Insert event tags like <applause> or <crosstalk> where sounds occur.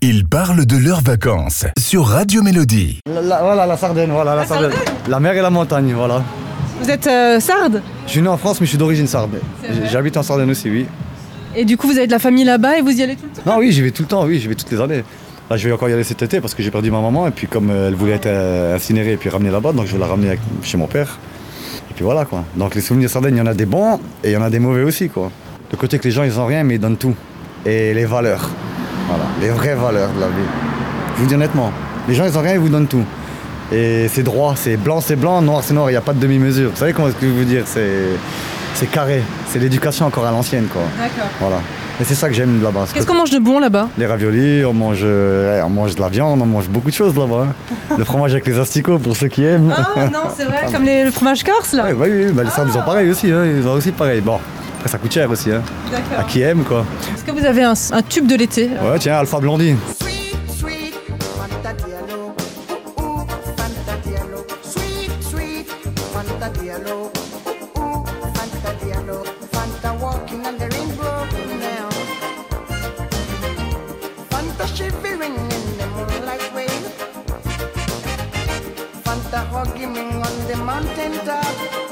Ils parlent de leurs vacances sur Radio Mélodie. La- la- voilà la Sardaigne, voilà la, Sardaigne. La mer et la montagne, voilà. Vous êtes euh, sarde Je suis né en France, mais je suis d'origine sarde. J'habite en Sardaigne aussi, oui. et du coup vous avez de la famille là-bas et vous y allez tout le temps. Non, oui, j'y vais tout le temps, oui, j'y vais toutes les années. Là, je vais encore y aller cet été parce que j'ai perdu ma maman et puis comme euh, elle voulait être euh, incinérée et puis ramenée là-bas, donc je vais la ramener avec- chez mon père. Et puis voilà quoi. Donc les souvenirs Sardaigne, il y en a des bons et il y en a des mauvais aussi quoi. Le côté que les gens ils ont rien mais ils donnent tout. Et les valeurs. Voilà, les vraies valeurs de la vie. Je vous dis honnêtement, les gens ils ont rien ils vous donnent tout. Et c'est droit, c'est blanc c'est blanc, noir c'est noir, il n'y a pas de demi-mesure. Vous savez comment est-ce que je veux vous dire C'est c'est carré, c'est l'éducation encore à l'ancienne quoi. D'accord. Voilà. Et c'est ça que j'aime là-bas. ce Qu'est-ce qu'on mange de bon là-bas les raviolis, on mange, euh, ouais, on mange de la viande, on mange beaucoup de choses là-bas. <laughs> hein. Le fromage avec les asticots pour ceux qui aiment. Ah non c'est vrai comme les, le fromage corse là. Ouais, bah oui, oui, bah les Sardes, ils ont pareil aussi, hein, ils ont aussi pareil. Bon, après ça coûte cher aussi, hein. à D'accord. qui aime quoi. Est-ce que vous avez un, un tube de l'été alors Ouais, tiens, Alpha Blondie. Sweet, sweet, Fanta Diallo. Ooh, ooh, Fanta Diallo. Sweet, sweet, Fanta Diallo. Ooh, ooh, Fanta Diallo. Fanta walking on the rainbow now. Fanta shivering in the moonlight way. Fanta hugging me on the mountain top.